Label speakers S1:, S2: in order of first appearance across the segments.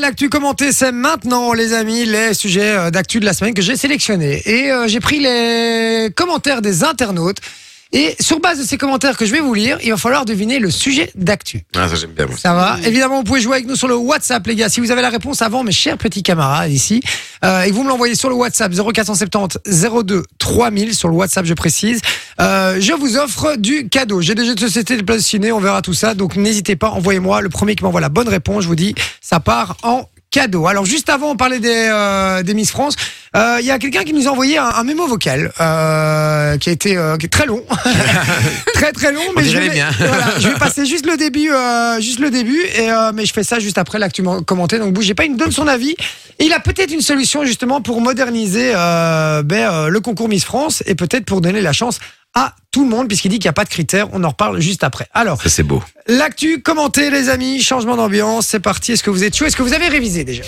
S1: L'actu commentée, c'est maintenant, les amis, les sujets euh, d'actu de la semaine que j'ai sélectionnés. Et euh, j'ai pris les commentaires des internautes. Et sur base de ces commentaires que je vais vous lire, il va falloir deviner le sujet d'actu.
S2: Ah, ça j'aime bien. moi.
S1: Ça va. Évidemment, vous pouvez jouer avec nous sur le WhatsApp, les gars. Si vous avez la réponse avant, mes chers petits camarades ici, euh, et vous me l'envoyez sur le WhatsApp 0470 02 3000 sur le WhatsApp, je précise. euh, je vous offre du cadeau. J'ai des jeux de société, des places de ciné, on verra tout ça. Donc n'hésitez pas, envoyez-moi le premier qui m'envoie la bonne réponse. Je vous dis, ça part en cadeau. Alors juste avant, on parlait des, euh, des Miss France. Euh, Il y a quelqu'un qui nous a envoyé un, un mémo vocal euh, qui a été euh, qui est très long, très très long. mais je
S2: dirait
S1: vais,
S2: les miens.
S1: voilà, je vais passer juste le début, euh, juste le début, et, euh, mais je fais ça juste après l'actu mo- commentée. Donc bougez pas, il me donne son avis. Et il a peut-être une solution justement pour moderniser euh, ben, euh, le concours Miss France et peut-être pour donner la chance à tout le monde puisqu'il dit qu'il n'y a pas de critères. On en reparle juste après. Alors
S2: Ça, c'est beau.
S1: l'actu commentée, les amis, changement d'ambiance, c'est parti. Est-ce que vous êtes chaud Est-ce que vous avez révisé déjà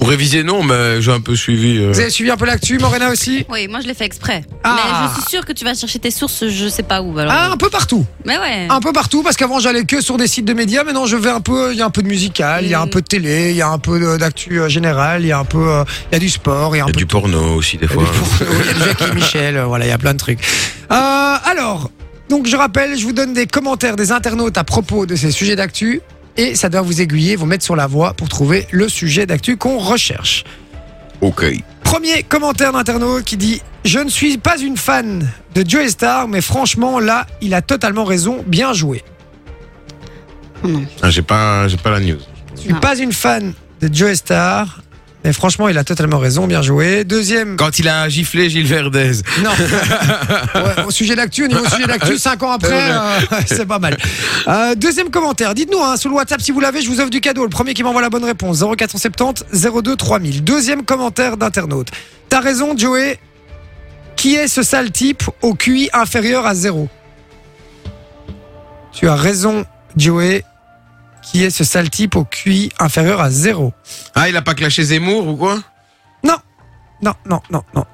S2: Pour réviser, non, mais j'ai un peu suivi. euh.
S1: Vous avez suivi un peu l'actu, Morena aussi.
S3: Oui, moi je l'ai fait exprès.
S1: Ah.
S3: Mais je suis sûre que tu vas chercher tes sources, je sais pas où. Alors.
S1: Ah, un peu partout.
S3: Mais ouais.
S1: un peu partout parce qu'avant j'allais que sur des sites de médias maintenant je vais un peu il y a un peu de musical il y a un peu de télé il y a un peu de- d'actu euh, générale il y a un peu euh, il y a du sport il y a un
S2: Il y a
S1: peu
S2: du porno aussi, des
S1: il y a
S2: fois.
S1: du porno, il y a du Jackie Michel euh, voilà il y a plein de trucs Euh, alors donc je rappelle je vous donne des commentaires des internautes à propos de ces sujets d'actu et ça doit vous aiguiller vous mettre sur la voie pour trouver le sujet d'actu qu'on recherche
S2: Ok.
S1: Premier commentaire d'internaute qui dit Je ne suis pas une fan de Joey Star, mais franchement, là, il a totalement raison. Bien joué.
S2: Ah, j'ai pas, j'ai pas la news.
S1: Je suis
S3: Ah.
S1: pas une fan de Joey Star, mais franchement, il a totalement raison. Bien joué. Deuxième.
S2: Quand il a giflé Gilles Verdez.
S1: Non. Ouais, au sujet d'actu, au niveau sujet d'actu, cinq ans après, euh, c'est pas mal. Euh, deuxième commentaire. Dites-nous hein, sur le WhatsApp si vous l'avez, je vous offre du cadeau. Le premier qui m'envoie la bonne réponse 0470 02 3000. Deuxième commentaire d'internaute. T'as raison, Joey. Qui est ce sale type au QI inférieur à zéro Tu as raison, Joey. Qui est ce sale type au QI inférieur à zéro
S2: Ah, il a pas clashé Zemmour ou quoi
S1: non, non, non, non, non.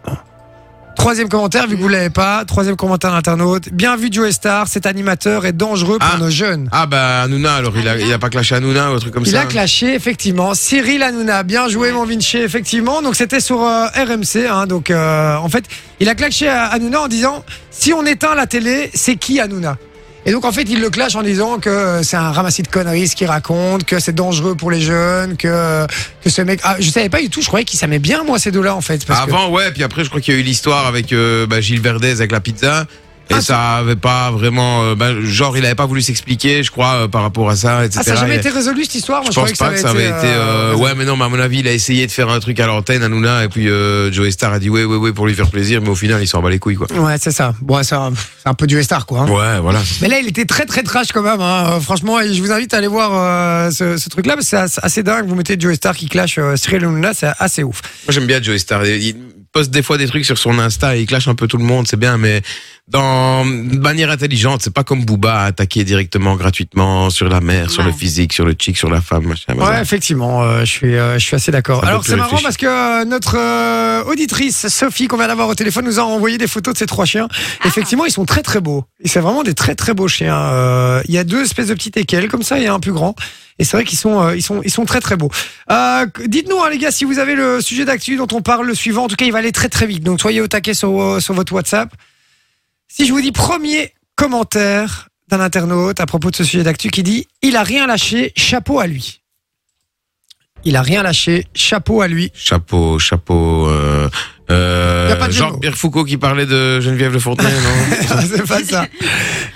S1: Troisième commentaire, vu que vous l'avez pas. Troisième commentaire d'internaute. Bien vu, Joe Star. Cet animateur est dangereux pour
S2: Ah.
S1: nos jeunes.
S2: Ah, bah, Hanouna, alors, il a, il a pas clashé Hanouna ou un truc comme
S1: Il
S2: ça.
S1: a clashé, effectivement. Cyril Hanouna. Bien joué, mon Vinci, effectivement. Donc, c'était sur euh, RMC. hein. donc, euh, en fait, il a clashé à Hanouna en disant Si on éteint la télé, c'est qui Hanouna et donc en fait il le clash en disant que euh, c'est un ramassis de conneries ce qu'il raconte, que c'est dangereux pour les jeunes, que que ce mec, ah, je savais pas du tout, je croyais qu'il s'aimait bien moi ces deux-là en fait. parce que-
S2: Avant, ouais, puis après, je crois qu'il y a eu l'histoire avec euh, bah, Gilles Verdez avec la pizza. Et
S1: Ah,
S2: ça avait pas vraiment. euh, bah, genre, il avait pas voulu s'expliquer, je crois, euh, par rapport à ça, etc.
S1: Ah, ça n'a jamais
S2: Et-
S1: été résolu cette histoire Moi,
S2: Je pense
S1: croyais
S2: pas que ça avait été.
S1: euh,
S2: euh, Ouais, mais non, mais à mon avis, il a essayé de faire un truc à l'antenne, Hanouna, et puis euh, Joey Star a dit ouais, ouais, ouais, pour lui faire plaisir, mais au final, il s'en bat les couilles, quoi.
S1: Ouais, c'est ça. Bon, c'est un, c'est un peu du star quoi. hein.
S2: Ouais, voilà.
S1: Mais là, il était très très trash quand même. hein. Euh, franchement, et je vous invite à aller voir euh, ce, ce truc-là, parce que c'est as- assez dingue. Vous mettez Joe Star qui clash euh, Cyril Hanouna, c'est assez ouf.
S2: Moi, j'aime bien Joey Star. Il poste des fois des trucs sur son Insta et il clash un peu tout le monde, c'est bien, mais dans, de manière intelligente, c'est pas comme Booba à attaquer directement, gratuitement, sur la mère, sur le
S3: Ouais.
S2: physique, sur le chic, sur la femme, machin.
S1: Ouais,
S2: bazar.
S1: effectivement, euh, je suis euh, je suis assez d'accord.
S2: Un peu
S1: Alors
S2: plus
S1: c'est marrant
S2: réfléchi.
S1: parce que euh, notre euh, auditrice Sophie qu'on vient d'avoir au téléphone nous a envoyé des photos de ces trois chiens. Effectivement, ils sont très très beaux. Et c'est vraiment des très très beaux chiens. Euh, Il y a deux espèces de petits équelles comme ça, il y a un plus grand. Et c'est vrai qu'ils sont euh, ils sont ils sont très très beaux. Euh, Dites-nous hein, les gars si vous avez le sujet d'actu dont on parle le suivant. En tout cas, il va aller très très vite. Donc soyez au taquet sur euh, sur votre WhatsApp. Si je vous dis premier commentaire d'un internaute à propos de ce sujet d'actu qui dit il a rien lâché, chapeau à lui. Il a rien lâché, chapeau à lui.
S2: Chapeau, chapeau. Euh, euh,
S1: Y a pas de jeu de mots.
S2: Jean-Pierre Foucault qui parlait de Geneviève Le Fontenay, non
S1: C'est pas ça.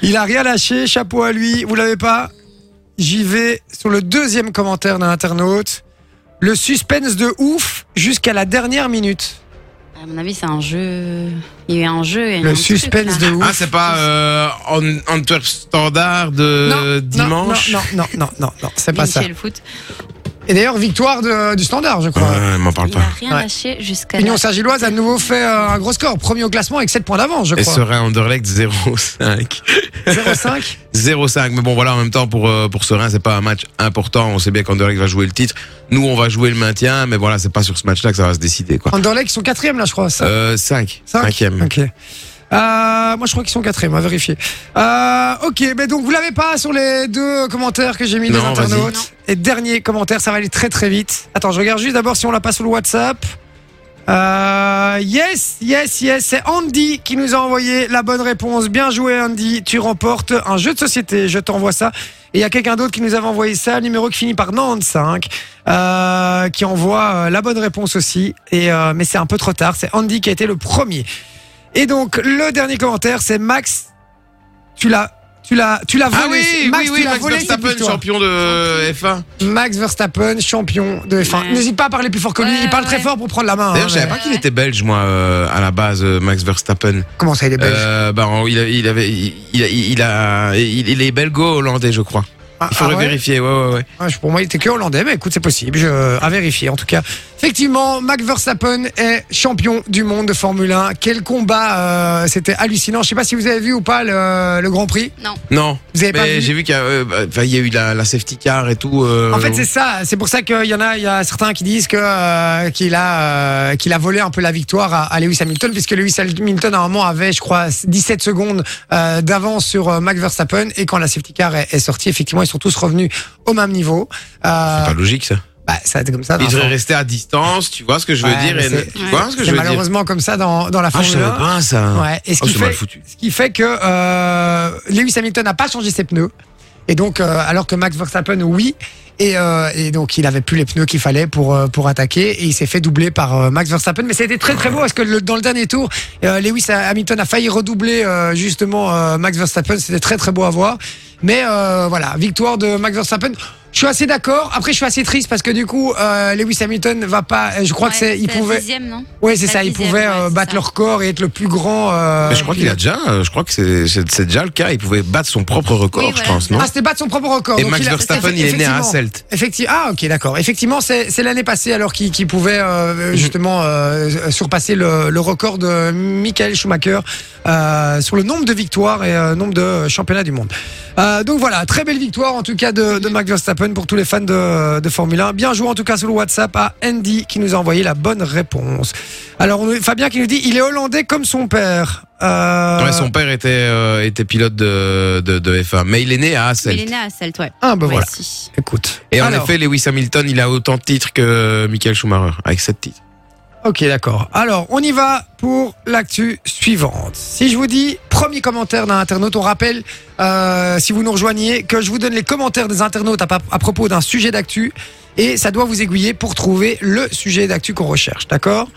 S1: Il a rien lâché, chapeau à lui. Vous l'avez pas J'y vais sur le deuxième commentaire d'un internaute. Le suspense de ouf jusqu'à la dernière minute.
S3: À mon avis, c'est un jeu. Il y a eu un jeu. et un
S1: Le
S3: truc,
S1: suspense
S3: là.
S1: de ouf.
S2: Ah, c'est pas euh, An- Antwerp Standard de euh, dimanche
S1: Non, non, non, non, non, non, c'est pas ça.
S3: Vinci et le foot.
S1: Et d'ailleurs, victoire de- du standard, je crois.
S2: Ouais, m'en parle
S3: Il a
S2: pas.
S3: rien
S1: Ouais.
S3: lâché jusqu'à.
S1: Union
S3: la-
S1: Saint-Gilloise a de nouveau fait euh, un gros score, premier au classement avec 7 points d'avance, je
S2: Et
S1: crois.
S2: Serein Anderlecht 0-5.
S1: 0-5.
S2: 0-5. Mais bon, voilà, en même temps, pour, euh, pour Serein, c'est pas un match important. On sait bien qu'Anderlecht va jouer le titre. Nous, on va jouer le maintien. Mais voilà, c'est pas sur ce match-là que ça va se décider, quoi.
S1: Anderlecht, ils sont quatrième là, je crois. Ça.
S2: Euh, 5.
S1: Oh. Cinq
S2: Cinquième.
S1: Ok. Euh, moi, je crois qu'ils sont quatrième, à vérifier. Euh, ok, mais donc vous l'avez pas sur les deux commentaires que j'ai mis des
S2: Non, vas-y.
S3: Non.
S1: internautes. Et dernier commentaire, ça va aller très très vite. Attends, je regarde juste d'abord si on l'a pas sur le WhatsApp. Euh, yes, yes, yes, c'est Andy qui nous a envoyé la bonne réponse. Bien joué Andy, tu remportes un jeu de société, je t'envoie ça. Et il y a quelqu'un d'autre qui nous avait envoyé ça, le numéro qui finit par 95, euh, qui envoie euh, la bonne réponse aussi. Et euh, mais c'est un peu trop tard, c'est Andy qui a été le premier. Et donc le dernier commentaire, c'est Max. Tu l'as, tu l'as, tu l'as volé.
S2: Ah oui,
S1: Max,
S2: oui,
S1: tu
S2: oui,
S1: l'as
S2: Max
S1: volé, c'est
S2: Verstappen,
S1: plus toi.
S2: champion de F1.
S1: Max Verstappen, champion de F1.
S3: Ouais.
S1: N'hésite pas à parler plus fort que lui.
S3: Ouais,
S1: il parle
S3: ouais.
S1: très fort pour prendre la main.
S2: D'ailleurs,
S1: hein,
S2: je savais
S1: mais-
S2: pas qu'il était belge, moi, euh, à la base, euh, Max Verstappen.
S1: Comment ça, il est belge
S2: Euh, bah, on- il, a- il avait, il, il a, il, a- il- il est belgo-hollandais, je crois.
S1: Ah,
S2: Il faudrait
S1: ah ouais
S2: vérifier, ouais, ouais, ouais.
S1: Ouais, je- Pour moi, il était que hollandais, mais écoute, c'est possible. Je... euh, À vérifier, en tout cas. Effectivement, Max Verstappen est champion du monde de Formule 1. Quel combat euh, C'était hallucinant. Je sais pas si vous avez vu ou pas le, le Grand Prix.
S2: Non.
S1: Vous avez pas vu
S2: Mais j'ai vu qu'il y, a, euh, bah, enfin, il y a eu la, la safety car et tout. euh,
S1: En fait, c'est ça. C'est pour ça qu'il y en a, il y a certains qui disent que euh, qu'il a euh, qu'il a volé un peu la victoire à, à Lewis Hamilton, puisque Lewis Hamilton à un moment avait, je crois, 17 secondes euh, d'avance sur euh, Max Verstappen. Et quand la safety car est, est sortie, effectivement, ils sont tous revenus au même niveau. Euh,
S2: c'est pas logique, ça.
S1: bah, ça a été comme ça. dans
S2: Il
S1: la
S2: devrait
S1: Formule-
S2: rester à distance, tu vois ce que je veux
S1: Ouais,
S2: dire.
S1: mais
S2: et-
S1: c'est-
S2: tu vois ce que
S1: c'est
S2: je veux dire.
S1: malheureusement comme ça dans dans la
S2: Ah, je
S1: Formule
S2: savais
S1: 1.
S2: pas ça.
S1: Ouais. Et ce
S2: Oh,
S1: qui
S2: c'est mal
S1: fait
S2: foutu.
S1: ce qui fait que euh, Lewis Hamilton n'a pas changé ses pneus. Et donc, euh, alors que Max Verstappen, oui. Et, euh, et donc, il avait plus les pneus qu'il fallait pour, euh, pour attaquer. Et il s'est fait doubler par euh, Max Verstappen. Mais c'était très, très beau parce que le- dans le dernier tour, euh, Lewis Hamilton a failli redoubler euh, justement euh, Max Verstappen. C'était très, très beau à voir. Mais euh, voilà, victoire de Max Verstappen. Je suis assez d'accord. Après, je suis assez triste parce que du coup, euh, Lewis Hamilton va pas. Je crois que c'est. Il pouvait.
S3: Dixième, non
S1: Ouais, c'est
S3: la
S1: ça. Il
S3: dixième,
S1: pouvait
S3: ouais,
S1: euh,
S3: c'est
S1: battre
S3: ça.
S1: leur corps et être le plus grand. euh,
S2: Mais je crois qu'il a déjà, euh, je crois que c'est- c'est c'est déjà le cas. Il pouvait battre son propre record,
S3: Oui,
S2: je
S3: voilà.
S2: pense, non
S1: Ah, c'était pas de son propre record.
S2: Et
S1: donc
S2: Max
S1: il a-
S2: Verstaffen, il est né à Hasselt.
S1: Effectivement. Ah, ok, d'accord. Effectivement, c'est c'est l'année passée alors qu'il qu'il pouvait
S2: Mhm.
S1: euh, justement euh, surpasser le, le record de Michael Schumacher euh, sur le nombre de victoires et euh, nombre de championnats du monde. Euh, donc voilà, très belle victoire en tout cas de, de Max Verstappen pour tous les fans de, de Formule 1. Bien joué en tout cas sur le WhatsApp à Andy qui nous a envoyé la bonne réponse. Alors on- Fabien qui nous dit il est hollandais comme son père. Euh,
S2: Ouais, son père était, euh, était pilote de, de, de F1, mais il est né à
S3: Il est
S2: Hasselt.
S3: né à Celt, ouais.
S1: Ah ben
S3: Ouais,
S1: voilà.
S3: si.
S1: Écoute.
S2: Et en
S1: Alors.
S2: effet, Lewis Hamilton, il a autant de titres que Michael Schumacher, avec 7 titres.
S1: Ok, d'accord. Alors, on y va pour l'actu suivante. Si je vous dis premier commentaire d'un internaute, on rappelle, euh, si vous nous rejoignez, que je vous donne les commentaires des internautes à, pa- à propos d'un sujet d'actu et ça doit vous aiguiller pour trouver le sujet d'actu qu'on recherche, d'accord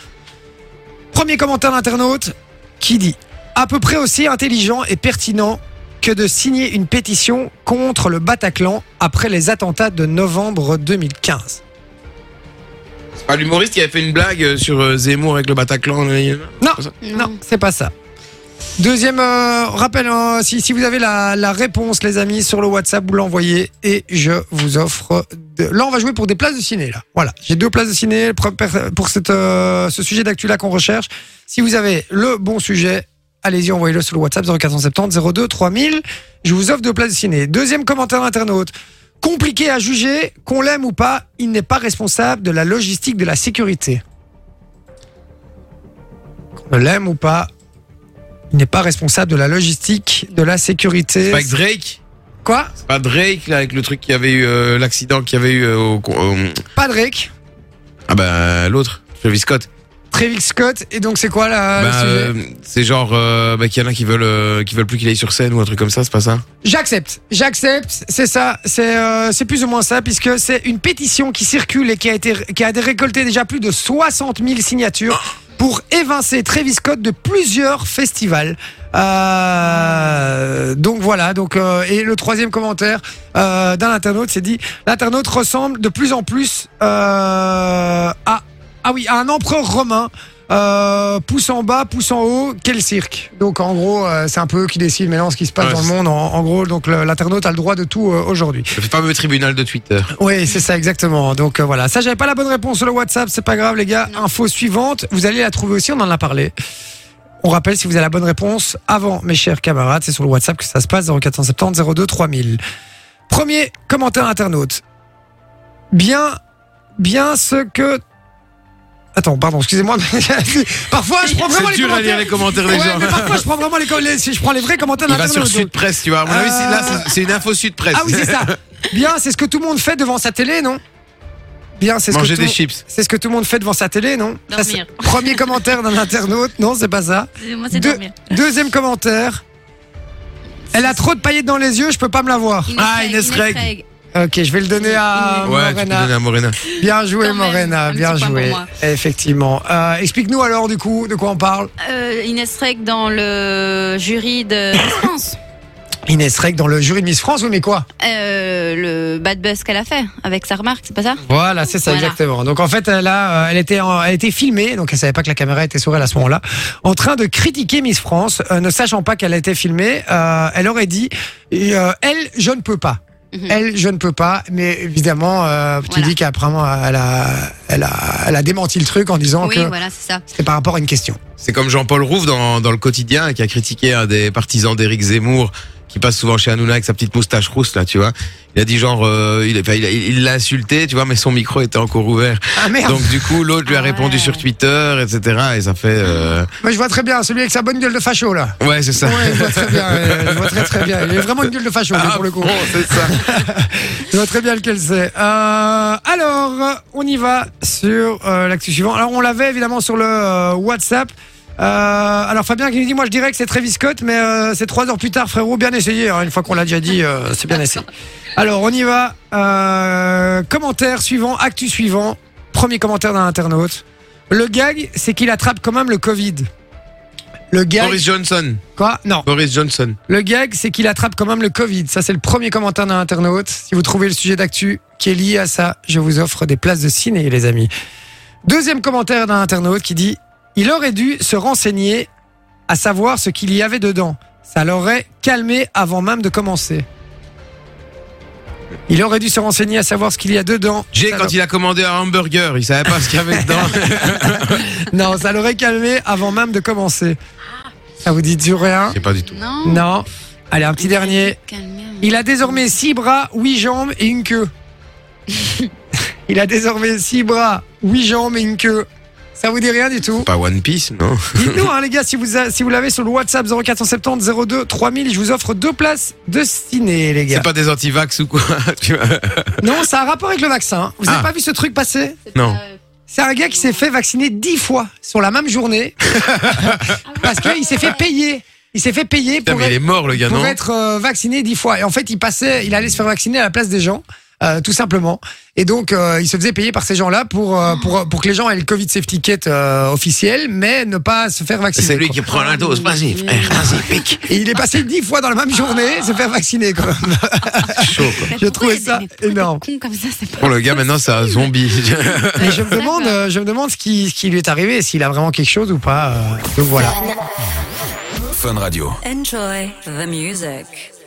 S1: Premier commentaire d'internaute qui dit à peu près aussi intelligent et pertinent que de signer une pétition contre le Bataclan après les attentats de novembre 2015.
S2: C'est pas l'humoriste qui avait fait une blague euh, sur euh, Zemmour avec le Bataclan. euh,
S1: Non, c'est pas ça. Deuxième euh, rappel, hein, si, si vous avez la, la réponse, les amis, sur le WhatsApp, vous l'envoyez et je vous offre. de- Là, on va jouer pour des places de ciné. Là, voilà, j'ai deux places de ciné le pre- per- pour cette, euh, ce sujet d'actu là qu'on recherche. Si vous avez le bon sujet, allez-y, envoyez-le sur le WhatsApp 0470 02 3000. Je vous offre deux places de ciné. Deuxième commentaire internaute. Compliqué à juger, qu'on l'aime ou pas, il n'est pas responsable de la logistique de la sécurité. Qu'on l'aime ou pas, il n'est pas responsable de la logistique de la sécurité.
S2: C'est pas avec Drake
S1: Quoi
S2: C'est pas Drake, là, avec le truc qui avait eu, euh, l'accident qu'il y avait eu euh, au. con- au-
S1: Pas Drake,
S2: ah bah, l'autre, Travis Scott.
S1: Travis Scott, et donc c'est quoi là
S2: Bah,
S1: Ah, le
S2: euh,
S1: sujet
S2: c'est genre, euh, bah, qu'il y en a qui veulent, euh, qui veulent plus qu'il aille sur scène ou un truc comme ça, c'est pas ça
S1: J'accepte, j'accepte, c'est ça, c'est euh, c'est plus ou moins ça, puisque c'est une pétition qui circule et qui a, été, qui a récolté déjà plus de 60 000 signatures pour évincer Travis Scott de plusieurs festivals. Euh, donc voilà, donc, euh, et le troisième commentaire euh, d'un internaute, c'est dit, l'internaute ressemble de plus en plus euh, à, ah oui, à un empereur romain. Euh, pouce en bas, pouce en haut, quel cirque. Donc en gros, euh, c'est un peu eux qui décident maintenant ce qui se passe
S2: Ouais,
S1: dans le
S2: c'est-
S1: monde. En, en gros, donc le- l'internaute a le droit de tout euh, aujourd'hui.
S2: Le fameux tribunal de Twitter.
S1: Oui, c'est ça exactement. Donc euh, voilà, ça j'avais pas la bonne réponse sur le WhatsApp, c'est pas grave les gars.
S3: Non.
S1: Info suivante, vous allez la trouver aussi, on en a parlé. On rappelle si vous avez la bonne réponse avant mes chers camarades, c'est sur le WhatsApp que ça se passe 0470 02 3000. Premier commentaire internaute. Bien bien ce que Attends, pardon, excusez-moi. mais parfois, je prends vraiment
S2: C'est
S1: les
S2: dur à lire
S1: commentaires.
S2: les commentaires des
S1: Ouais,
S2: gens.
S1: mais parfois, je prends vraiment les, co- les- si je prends les vrais commentaires
S2: Il va sur
S1: d'internet.
S2: Sud Presse, tu vois. À mon avis, c'est- là, c'est- c'est une info Sud Presse.
S1: Euh, Ah oui, c'est ça. Bien, c'est ce que tout le monde fait devant sa télé, non Bien, c'est ce que
S2: Manger
S1: tout-
S2: des chips.
S1: C'est ce que tout le monde fait devant sa télé, non Ça, c'est-
S3: Dormir.
S1: Premier commentaire d'un internaute, non, c'est pas ça.
S3: Moi, c'est
S1: Deux-
S3: dormir.
S1: Deuxième commentaire. Elle a trop de paillettes dans les yeux, je peux pas me la voir.
S2: Ah, Ines Reg.
S1: Ok, je vais le donner à
S2: Ouais, tu peux
S1: Morena.
S2: donner à Morena.
S1: Bien joué,
S3: Quand même,
S1: Morena,
S3: un
S1: bien
S3: petit point pour
S1: joué.
S3: moi.
S1: Effectivement. Euh, Explique-nous alors, du coup, de quoi on parle.
S3: Euh, Ines Reg dans le jury de Miss France.
S1: Inès Reg dans le jury de Miss France, oui, mais quoi
S3: Euh, le bad buzz qu'elle a fait avec sa remarque, c'est pas ça
S1: Voilà, c'est ça
S3: Voilà.
S1: exactement. Donc en fait, elle a, euh, elle était, en- elle était filmée, donc elle savait pas que la caméra était sur elle à ce moment-là, en train de critiquer Miss France, euh, ne sachant pas qu'elle a été filmée. euh, elle aurait dit, et, euh, elle, je ne peux pas.
S3: Mhm.
S1: Elle, je ne peux pas, mais évidemment, euh, tu
S3: Voilà.
S1: dis qu'après, elle a, elle, a, elle a démenti le truc en disant
S3: Oui,
S1: que
S3: voilà, c'est ça.
S1: c'était par rapport à une question.
S2: C'est comme Jean-Paul Rouve dans, dans le quotidien qui a critiqué un des partisans d'Éric Zemmour qui passe souvent chez Hanouna avec sa petite moustache rousse là, tu vois. Il a dit genre, euh, il enfin, il a- il l'a insulté, tu vois, mais son micro était encore ouvert.
S1: Ah merde
S2: Donc du coup, l'autre lui a
S3: Ah
S2: répondu
S3: ouais.
S2: sur Twitter, etc. Et ça fait, euh,
S1: Moi, je vois très bien celui avec sa bonne gueule de facho là.
S2: ouais, c'est ça.
S1: Ouais, je vois très bien, euh, je vois très très bien. Il est vraiment une gueule de facho lui,
S2: Ah,
S1: pour le coup.
S2: bon, c'est ça.
S1: Je vois très bien lequel c'est. Euh, alors, euh, on y va sur euh, l'actu suivant. Alors, on l'avait évidemment sur le euh, WhatsApp. Euh, alors, Fabien qui nous dit Moi, je dirais que c'est Travis Scott, mais euh, c'est trois heures plus tard, frérot. Bien essayé. hein. une fois qu'on l'a déjà dit, euh, c'est bien essayé. Alors, on y va. Euh, commentaire suivant, actu suivant. Premier commentaire d'un internaute. Le gag, c'est qu'il attrape quand même le Covid. Le gag.
S2: Boris Johnson.
S1: Quoi Non.
S2: Boris Johnson.
S1: Le gag, c'est qu'il attrape quand même le Covid. Ça, c'est le premier commentaire d'un internaute. Si vous trouvez le sujet d'actu qui est lié à ça, je vous offre des places de ciné, les amis. Deuxième commentaire d'un internaute qui dit Il aurait dû se renseigner à savoir ce qu'il y avait dedans. Ça l'aurait calmé avant même de commencer. Il aurait dû se renseigner à savoir ce qu'il y a dedans.
S2: Jay,
S1: Ça
S2: quand il a commandé un hamburger, il savait pas ce qu'il y avait dedans.
S1: Non, ça l'aurait calmé avant même de commencer. Ça vous dit du rien
S2: Je sais pas du tout.
S3: Non.
S1: Non. Allez, un petit dernier.
S3: Calmez, hein.
S1: Il a désormais 6 bras, 8 jambes et une queue. Il a désormais 6 bras, 8 jambes et une queue. Ça vous dit rien du tout
S2: Pas One Piece, non
S1: Dites-nous, hein, les gars, si vous, a- si vous l'avez sur le WhatsApp 0470 02 3000, je vous offre deux places de ciné, les gars.
S2: C'est pas des anti-vax ou quoi tu vois
S1: Non, ça a un rapport avec le vaccin. hein. Vous n'avez
S2: Ah.
S1: pas vu ce truc passer
S2: Non.
S1: C'est un gars qui s'est fait vacciner 10 fois sur la même journée
S3: euh,
S1: parce qu'il s'est fait payer. Il s'est fait payer
S2: Putain,
S1: pour
S2: mais il est mort le gars,
S1: pour
S2: non
S1: être euh, vacciné dix fois. Et en fait, il passait, il allait se faire vacciner à la place des gens. euh, tout simplement. Et donc, euh, il se faisait payer par ces gens-là pour, euh, pour, pour que les gens aient le Covid safety kit euh, officiel, mais ne pas se faire vacciner.
S2: C'est lui
S1: quoi.
S2: qui prend la dose. Vas-y, frère, vas-y, pique.
S1: Et il est passé dix fois dans la même journée se faire vacciner. Quoi.
S2: Chaud, quoi.
S3: Mais
S1: Je
S3: pourquoi
S1: trouvais
S3: il y a
S1: ça
S3: des- mais pourquoi
S1: énorme.
S3: des cons comme ça, c'est pas
S2: Pour le gars, maintenant, c'est un zombie.
S1: Et je me demande, euh, je me demande ce qui, ce qui lui est arrivé, s'il a vraiment quelque chose ou pas. euh. donc voilà.
S4: Enjoy the music.